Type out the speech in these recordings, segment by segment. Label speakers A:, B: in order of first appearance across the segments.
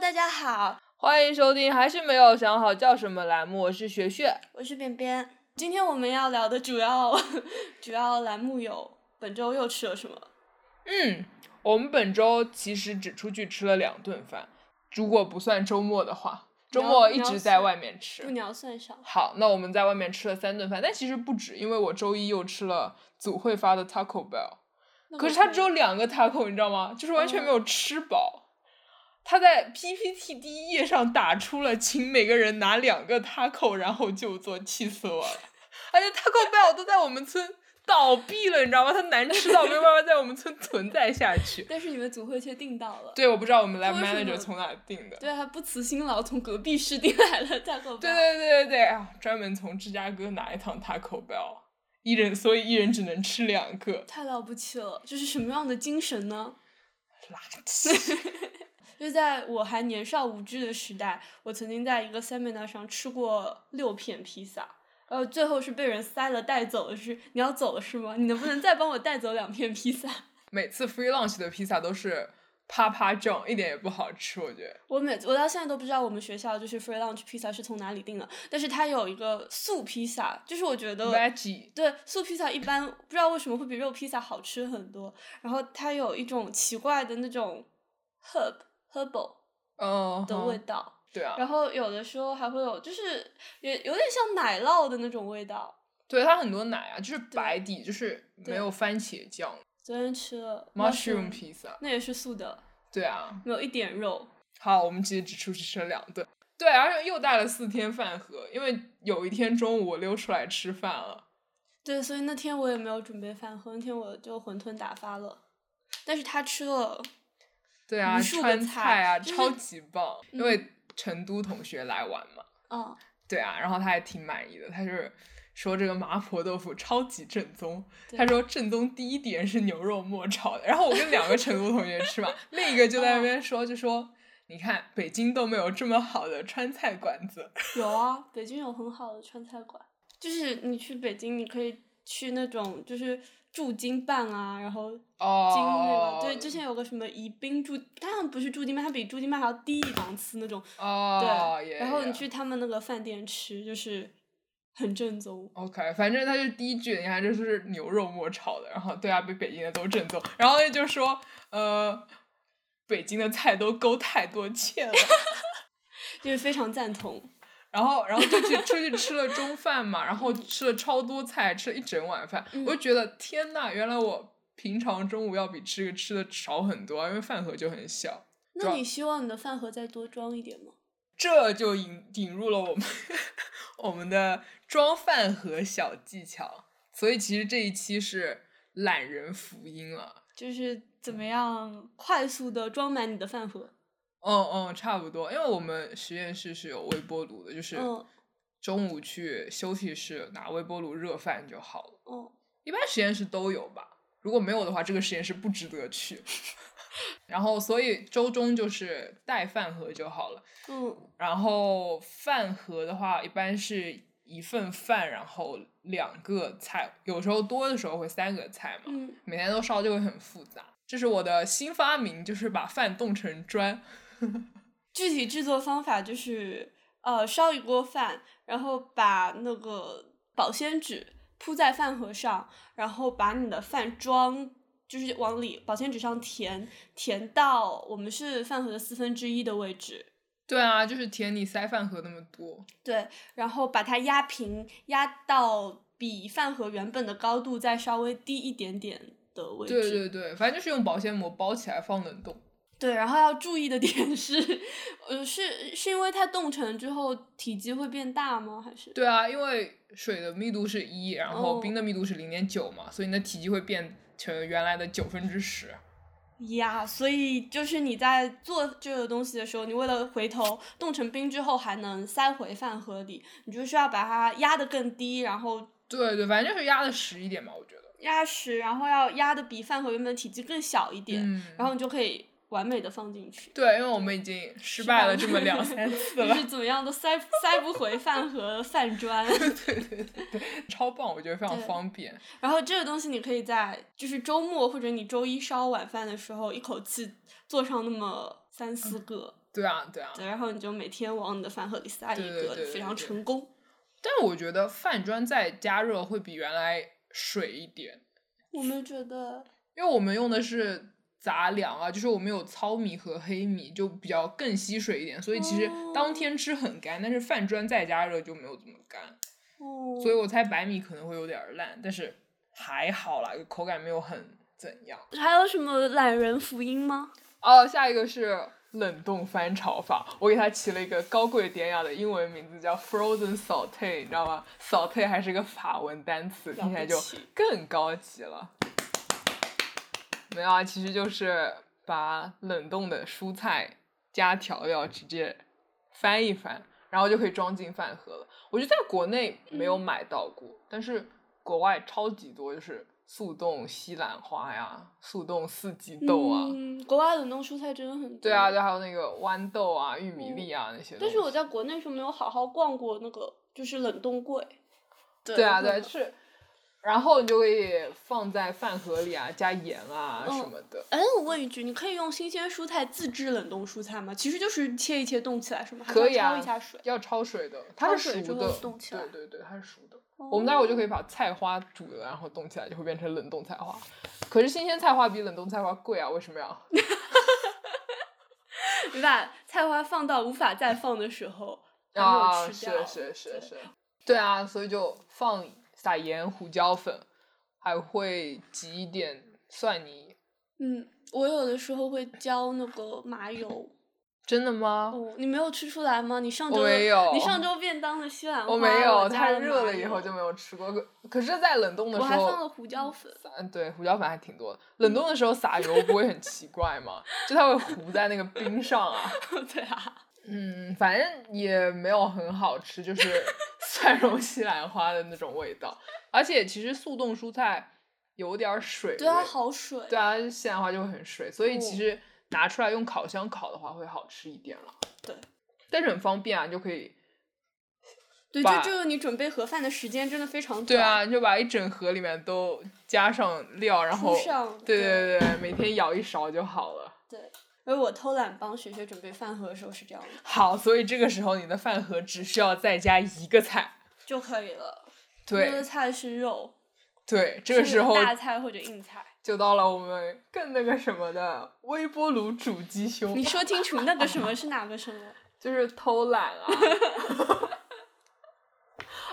A: 大家好，
B: 欢迎收听，还是没有想好叫什么栏目，我是学学。
A: 我是便便。今天我们要聊的主要主要栏目有本周又吃了什么？
B: 嗯，我们本周其实只出去吃了两顿饭，如果不算周末的话，周末一直在外面
A: 不
B: 吃。
A: 鸟算少。
B: 好，那我们在外面吃了三顿饭，但其实不止，因为我周一又吃了组会发的 Taco Bell，
A: 那嗯
B: 可
A: 我
B: 是它
A: 们
B: 只有两个 taco，你知道吗？就是完全没有吃饱。他在 PPT 第一页上打出了“请每个人拿两个 taco”，然后就坐，气死我了。而且 Taco Bell 都在我们村倒闭了，你知道吗？它难吃到没有办法在我们村存在下去。
A: 但是你们组会却订到了。
B: 对，我不知道我们 lab
A: 为什么
B: manager 从哪订的。
A: 对啊，还不辞辛劳从隔壁市订来了大狗包。
B: 对对对对对啊！专门从芝加哥拿一趟 Taco Bell，一人所以一人只能吃两个，
A: 太了不起了！这是什么样的精神呢？
B: 垃圾。
A: 就在我还年少无知的时代，我曾经在一个 seminar 上吃过六片披萨，然后最后是被人塞了带走了。是你要走了是吗？你能不能再帮我带走两片披萨？
B: 每次 free lunch 的披萨都是啪啪酱，一点也不好吃，我觉得。
A: 我每我到现在都不知道我们学校就是 free lunch pizza 是从哪里订的，但是它有一个素披萨，就是我觉得
B: veggie
A: 对，素披萨一般不知道为什么会比肉披萨好吃很多。然后它有一种奇怪的那种 herb herbal
B: 嗯
A: 的
B: 哼
A: 味道，
B: 对啊，
A: 然后有的时候还会有就是也有点像奶酪的那种味道。
B: 对它很多奶啊，就是白底，就是没有番茄酱
A: 昨天吃了
B: mushroom pizza，
A: 那也是素的，
B: 对啊。
A: 没有一点肉。
B: 好，我们其实只出去吃了两顿，对，而且又带了四天饭盒，因为有一天中午我溜出来吃饭了，
A: 对，所以那天我也没有准备饭盒，那天我就馄饨打发了。但是他吃了，
B: 对啊，
A: 无数个
B: 川菜啊，
A: 菜就是
B: 超级棒，因为成都同学来玩嘛，
A: 嗯，
B: 对啊，然后他还挺满意的，他就是说这个麻婆豆腐超级正宗。
A: 对
B: 他说正宗第一点是牛肉末炒的。然后我跟两个成都同学吃 嘛，另一个就
A: 哦
B: 在那边说，就说你看北京都没有这么好的川菜馆子。
A: 有啊，北京有很好的川菜馆，就是你去北京，你可以去那种就是驻京办啊，然后 京
B: 哦
A: 那个、对，之前有个什么宜宾驻，当然不是驻京办，它比驻京办还要低一档次那种，
B: 哦，
A: 对。
B: 也
A: 然后你
B: 也
A: 去他们那个饭店吃，就是很正宗。
B: OK，反正他就第一句，你看这是牛肉末炒的，然后对啊，比北京的都正宗，然后就说呃，北京的菜都勾太多芡了。
A: 就是非常赞同。
B: 然后，然后就去出去吃了中饭嘛，然后吃了超多菜，吃了一整碗饭，我就觉得天呐，原来我平常中午要比吃个吃的少很多，因为饭盒就很小。
A: 那
B: 装
A: 你希望你的饭盒再多装一点吗？
B: 这就引引入了我们 我们的装饭盒小技巧，所以其实这一期是懒人福音了。
A: 就是怎么样快速的装满你的饭盒？
B: 嗯嗯，差不多，因为我们实验室是有微波炉的，就是
A: 嗯
B: 中午去休息室拿微波炉热饭就好了。
A: 嗯，
B: 一般实验室都有吧。如果没有的话，这个实验室不值得去。 然后，所以周中就是带饭盒就好了。
A: 嗯，
B: 然后饭盒的话，一般是一份饭，然后两个菜，有时候多的时候会三个菜嘛。
A: 嗯，
B: 每天都烧就会很复杂。这是我的新发明，就是把饭冻成砖。
A: 具体制作方法就是，呃，烧一锅饭，然后把那个保鲜纸铺在饭盒上，然后把你的饭装，就是往里保鲜纸上填，填到我们是饭盒的四分之一的位置。
B: 对啊，就是填你塞饭盒那么多。
A: 对，然后把它压平，压到比饭盒原本的高度再稍微低一点点的位置。
B: 对对对，反正就是用保鲜膜包起来放冷冻。
A: 对，然后要注意的点是，呃，是是因为它冻成之后体积会变大吗？还是？
B: 对啊，因为水的密度是一，然后
A: 哦
B: 冰的密度是零点九嘛，所以你的体积会变成原来的九分之十。
A: 呀所以就是你在做这个东西的时候，你为了回头冻成冰之后还能塞回饭盒里，你就是要把它压得更低，然后
B: 对对，反正就是压的实一点嘛，我觉得。
A: 压实，然后要压的比饭盒原本体积更小一点，
B: 嗯，
A: 然后你就可以完美的放进 去。
B: 对，因为我们已经失
A: 败
B: 败了
A: 了
B: 这么两三次
A: 就
B: 了
A: 是，怎么样都塞塞不回饭盒饭砖。
B: 超棒，我觉得非常
A: 对
B: 方便。
A: 然后这个东西你可以在就是周末或者你周一烧晚饭的时候，一口气做上那么三四个。
B: 对啊，对啊。
A: 对，然后你就每天往你的饭盒里塞一
B: 对对
A: 个
B: 对，对
A: 非常
B: 对
A: 成功。
B: 但我觉得饭砖再加热会比原来水一点，
A: 我们觉得
B: 因为我们用的是杂粮啊，就是我们有糙米和黑米，就比较更吸水一点，所以其实当天吃很干，但是饭砖再加热就没有这么干，
A: 哦，
B: 所以我猜白米可能会有点儿烂，但是还好啦，口感没有很怎样。
A: 还有什么懒人福音 吗？
B: 哦，下一个是冷冻翻炒法，我给它起了一个高贵典雅的英文名字叫 frozen saute，你知道吗？saute 还是个法文单词，听起来就
A: 了不起
B: 更高级了。没有啊，其实就是把冷冻的蔬菜加调料直接翻一翻，然后就可以装进饭盒了。我就在国内没有
A: 嗯
B: 买到过，但是国外超级多，就是速冻西兰花呀，速冻四季豆啊。
A: 嗯，国外冷冻蔬菜真的很多。
B: 对啊，对，还有那个豌豆啊、玉米粒啊那些东
A: 嗯但
B: 西。
A: 是我在国内是没有好好逛过那个，就是冷冻柜。对
B: 对啊，对啊
A: 然后
B: 是，然后你就可以放在饭盒里啊，加盐啊、
A: 嗯
B: 什么的。
A: 哎，我问一句，你可以用新鲜蔬菜自制冷冻蔬菜吗？其实就是切一切冻起来是吗？还是
B: 可
A: 要
B: 以啊
A: 焯一下水。
B: 要焯水的，它
A: 焯
B: 是
A: 水
B: 熟
A: 之
B: 的
A: 后，冻起
B: 对
A: 来哦
B: 对对，它是熟的。我们待会就可以把菜花煮了，然后冻起来，就会变成冷冻菜花。可是新鲜菜花比冷冻菜花贵啊，为什 么呀？
A: 你把菜花放到无法再放的时候，还没
B: 啊，
A: 有吃
B: 是
A: 掉。
B: 是是
A: 对
B: 是，对啊，所以就放撒盐、胡椒粉，还会挤一点蒜泥。
A: 嗯，我有的时候会浇那个麻油。
B: 真的吗？
A: 哦，你没有吃出来吗？你上周
B: 我没有
A: 你上周便当的西兰花，
B: 我没有，
A: 加
B: 太热
A: 麻
B: 了以后
A: 油
B: 就没有吃过。可可是，在冷冻的
A: 啊我
B: 时
A: 还放了
B: 候，
A: 胡嗯椒 粉。
B: 嗯，对，胡椒粉还挺多的。冷冻的时候撒油不会很奇怪吗？就它会糊在那个冰 上啊。
A: 对啊，
B: 嗯，反正也没有很好吃，就是 蒜蓉西兰花的那种味道。而且其实速冻蔬菜有点儿水味，
A: 对啊，好水。
B: 对啊，西兰花就会很水，所以
A: 嗯
B: 其实拿出来用烤箱烤的话会好吃一点了。
A: 对，
B: 但是很方便啊，你就可以
A: 对，
B: 把
A: 就这个你准备盒饭的时间真的非常短。
B: 对啊，你就把一整盒里面都加上料，然后
A: 铺上
B: 对
A: 对
B: 对对，每天舀一勺就好了。
A: 对，而我偷懒帮学学准备饭盒的时候是这样的
B: 好，所以这个时候你的饭盒只需要再加一个菜。
A: 就可以了。那
B: 对
A: 个菜是肉，
B: 对，这个
A: 是
B: 时候
A: 大菜或者硬 菜。
B: 就到了我们更那个什么的微波炉煮鸡胸
A: 你，说清楚那个什么是哪个什
B: 哦
A: 么？
B: 就是偷懒啊，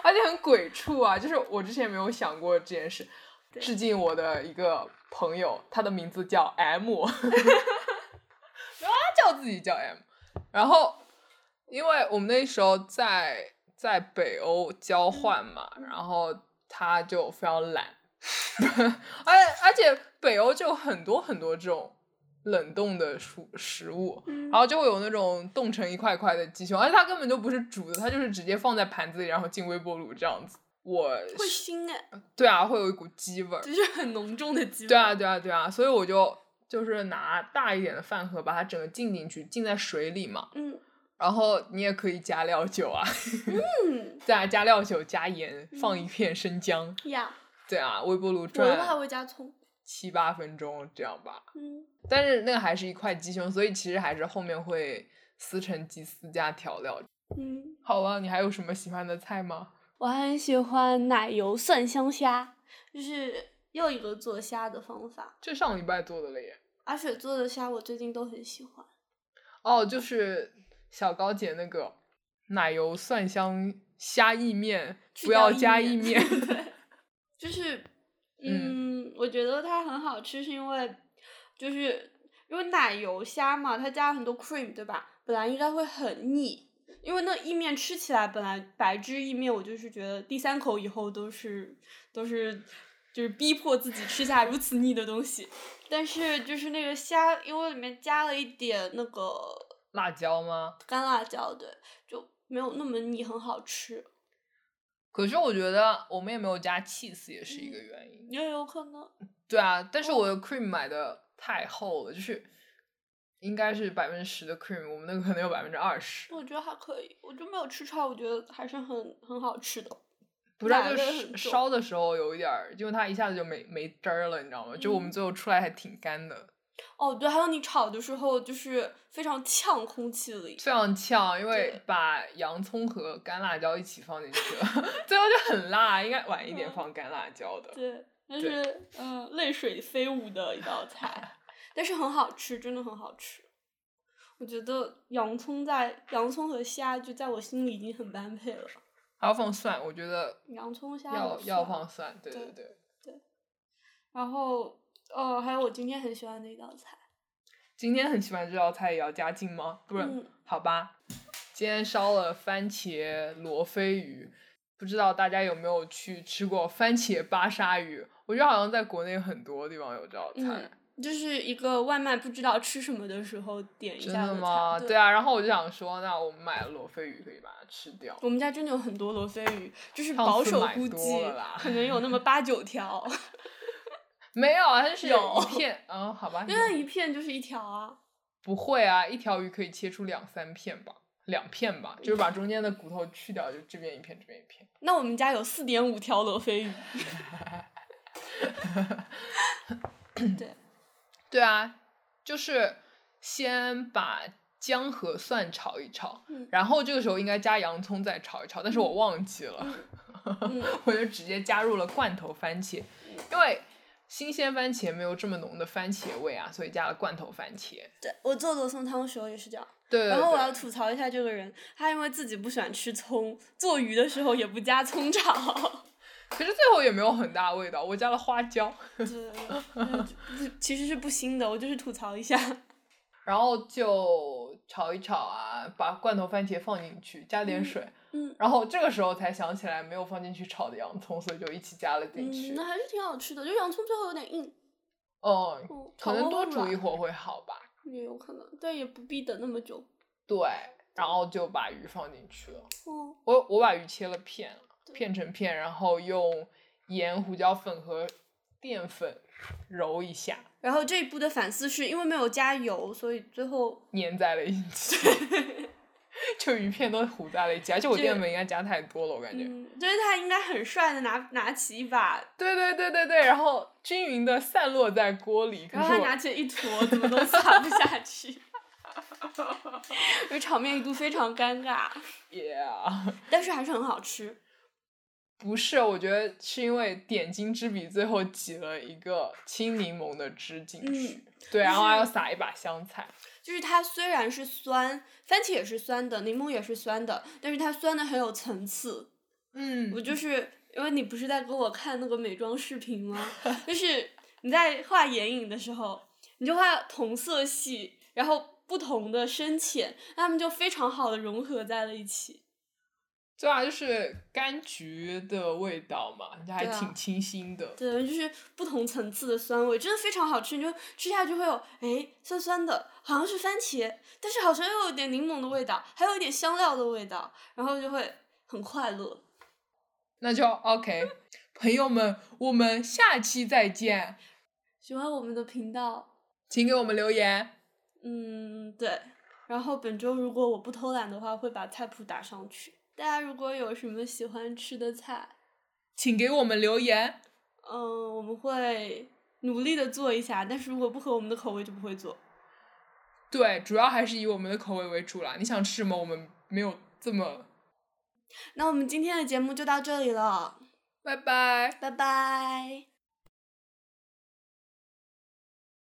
B: 而且很鬼畜啊！就是我之前没有想过这件事。
A: 对
B: 致敬我的一个朋友，他的名字叫 M，然后 他叫自己叫 M，然后因为我们那时候在在北欧交换嘛，然后他就非常懒， 而而且北欧就有很多很多这种冷冻的蔬食物，
A: 嗯
B: 然后就会有那种冻成一块块的鸡胸，而且它根本就不是煮的，它就是直接放在盘子里，然后进微波炉这样子。我
A: 会腥哎，
B: 对啊，会有一股鸡味儿。
A: 就是很浓重的鸡。
B: 对啊，，对啊，对啊，所以我就就是拿大一点的饭盒，把它整个浸进去，浸在水里嘛。
A: 嗯
B: 然后你也可以加料酒啊，
A: 嗯
B: 对啊，加料酒加盐，放一片生姜。
A: 呀，
B: 对啊，微波炉
A: 我的话还
B: 转
A: 会加葱。
B: 七八分钟这样吧。
A: 嗯，
B: 但是那个还是一块鸡胸，所以其实还是后面会撕成鸡丝加调料。
A: 嗯，
B: 好了，你还有什么喜欢的菜吗？
A: 我还很喜欢奶油蒜香虾，就是又一个做虾的方法。
B: 这上礼拜做的了耶。
A: 阿水做的虾我最近都很喜欢。
B: 哦，就是小高姐那个奶油蒜香虾意面，
A: 去
B: 不要
A: 掉
B: 加
A: 意
B: 意
A: 面
B: 面。
A: 就是，
B: 嗯
A: 嗯，我觉得它很好吃，是因为就是因为奶油虾嘛，它加了很多 cream，对吧？本来应该会很腻，因为那意面吃起来本来白汁意面，我就是觉得第三口以后都是都是就是逼迫自己吃下如此腻的东西。但是就是那个虾，因为里面加了一点那个
B: 辣椒吗？
A: 干辣椒，对，就没有那么腻，很好吃，
B: 可是我觉得我们也没有加 cheese，也是一
A: 嗯
B: 个原因。
A: 也有可能。
B: 对啊，但是我的 cream 买的太厚了，就是应该是百分之十的 cream，我们那个可能有百分之二十。
A: 我觉得还可以，我就没有吃出来，我觉得还是很很好吃的。
B: 不知道，
A: 奶
B: 就
A: 味
B: 是
A: 很重
B: 烧的时候有一点儿，因为它一下子就没没汁儿了，你知道吗？就我们
A: 嗯
B: 最后出来还挺干的。
A: 哦，对，还有你炒的时候就是非常呛空气里，
B: 非常呛，因为
A: 对
B: 把洋葱和干辣椒一起放进去了， 最后就很辣，应该晚一点
A: 嗯
B: 放干辣椒的。
A: 对，那
B: 对
A: 是嗯泪水飞舞的一道 菜，但是很好吃，真的很好吃。我觉得洋葱在洋葱和虾就在我心里已经很般配了，
B: 还要放蒜，我觉得
A: 洋葱虾
B: 要
A: 我
B: 要
A: 算
B: 放蒜，对
A: 对
B: 对对。
A: 然后呃还有我今天很喜欢的一道菜，
B: 今天很喜欢这道菜，也要加进吗？不是，
A: 嗯
B: 好吧。今天烧了番茄罗非鱼，不知道大家有没有去吃过番茄巴沙鱼？我觉得好像在国内很多地方有这道菜。
A: 嗯，就是一个外卖不知道吃什么的时候点一
B: 真
A: 下
B: 的
A: 的
B: 吗？
A: 菜。
B: 对啊，然后我就想说，那我们买了罗非鱼，可以把它吃掉。
A: 我们家真的有很多罗非鱼，就是
B: 上
A: 保
B: 次
A: 守
B: 买
A: 估
B: 多
A: 计
B: 了啦
A: 可能有那么八九 条，
B: 没有，啊，它是
A: 有
B: 一片。嗯，好吧。
A: 因为
B: 有
A: 一片就是一条啊。
B: 不会啊，一条鱼可以切出两三片吧，两片吧，就是把中间的骨头去掉，就这边一片，这边一片。
A: 那我们家有四点五条罗非鱼，
B: 对啊，就是先把姜和蒜炒一炒，
A: 嗯
B: 然后这个时候应该加洋葱再炒一炒，但是我忘记了，
A: 嗯
B: 我就直接加入了罐头番茄，因为新鲜番茄没有这么浓的番茄味啊，所以加了罐头番茄。
A: 对我做罗宋汤的时候也是这样。
B: 对对对，
A: 然后我要吐槽一下这个人，他因为自己不喜欢吃葱，做鱼的时候也不加葱 炒。
B: 可是最后也没有很大味道，我加了花椒。
A: 对，嗯就不其实是不腥的，我就是吐槽一下。
B: 然后就炒一炒啊，把罐头番茄放进去，加点
A: 嗯
B: 水，
A: 嗯
B: 然后这个时候才想起来没有放进去炒的洋葱，所以就一起加了进去
A: 嗯，。那还是挺好吃的，就洋葱最后有点硬，
B: 哦，
A: 嗯，
B: 可
A: 炒
B: 能
A: 锅会
B: 多煮一
A: 软
B: 会儿会好吧。
A: 也有可能，但也不必等那么久。
B: 对，然后就把鱼放进去了。
A: 嗯，
B: 我我把鱼切了片，
A: 对
B: 片成片，然后用盐、胡椒粉和淀粉揉一下，
A: 然后这一步的反思是因为没有加油，所以最后
B: 粘在了一 起。 就鱼片都糊在了一起，而且我
A: 这
B: 淀粉应该加太多了，我感觉。
A: 嗯，就是他应该很帅的拿拿起一把，
B: 对对对对对，然后均匀的散落在锅里。可
A: 然后
B: 是
A: 他
B: 我
A: 拿起了一坨，怎么都撒不下去， 这场面一度非常尴尬，
B: ，yeah，
A: 但是还是很好吃。
B: 啊不是，我觉得是因为点睛之笔最后挤了一个青柠檬的汁进
A: 嗯
B: 去，对，然后还要撒一把香菜，
A: 就是它虽然是酸，番茄也是酸的，柠檬也是酸的，但是它酸的很有层次。我
B: 嗯，
A: 就是因为你不是在给我看那个美妆视频吗？就是你在画眼影的时候，你就画同色系，然后不同的深浅，它们就非常好的融合在了一起。
B: 对啊，就是柑橘的味道嘛，人家还
A: 对啊
B: 挺清新的，
A: 对，就是不同层次的酸味，真的非常好吃。你就吃下去会有，哎，酸酸的，好像是番茄，但是好像又有点柠檬的味道，还有一点香料的味道，然后就会很快乐。
B: 那就 OK，朋 友们，我们下期再见，
A: 喜欢我们的频道，
B: 请给我们留言，
A: 嗯，对。然后本周如果我不偷懒的话，会把菜谱打上去。大家如果有什么喜欢吃的菜，
B: 请给我们留言，
A: 嗯、我们会努力的做一下，但是如果不合我们的口味就不会做。
B: 对，主要还是以我们的口味为主啦，你想吃什么，我们没有这么，
A: 那我们今天的节目就到这里了，
B: 拜拜。
A: 拜拜。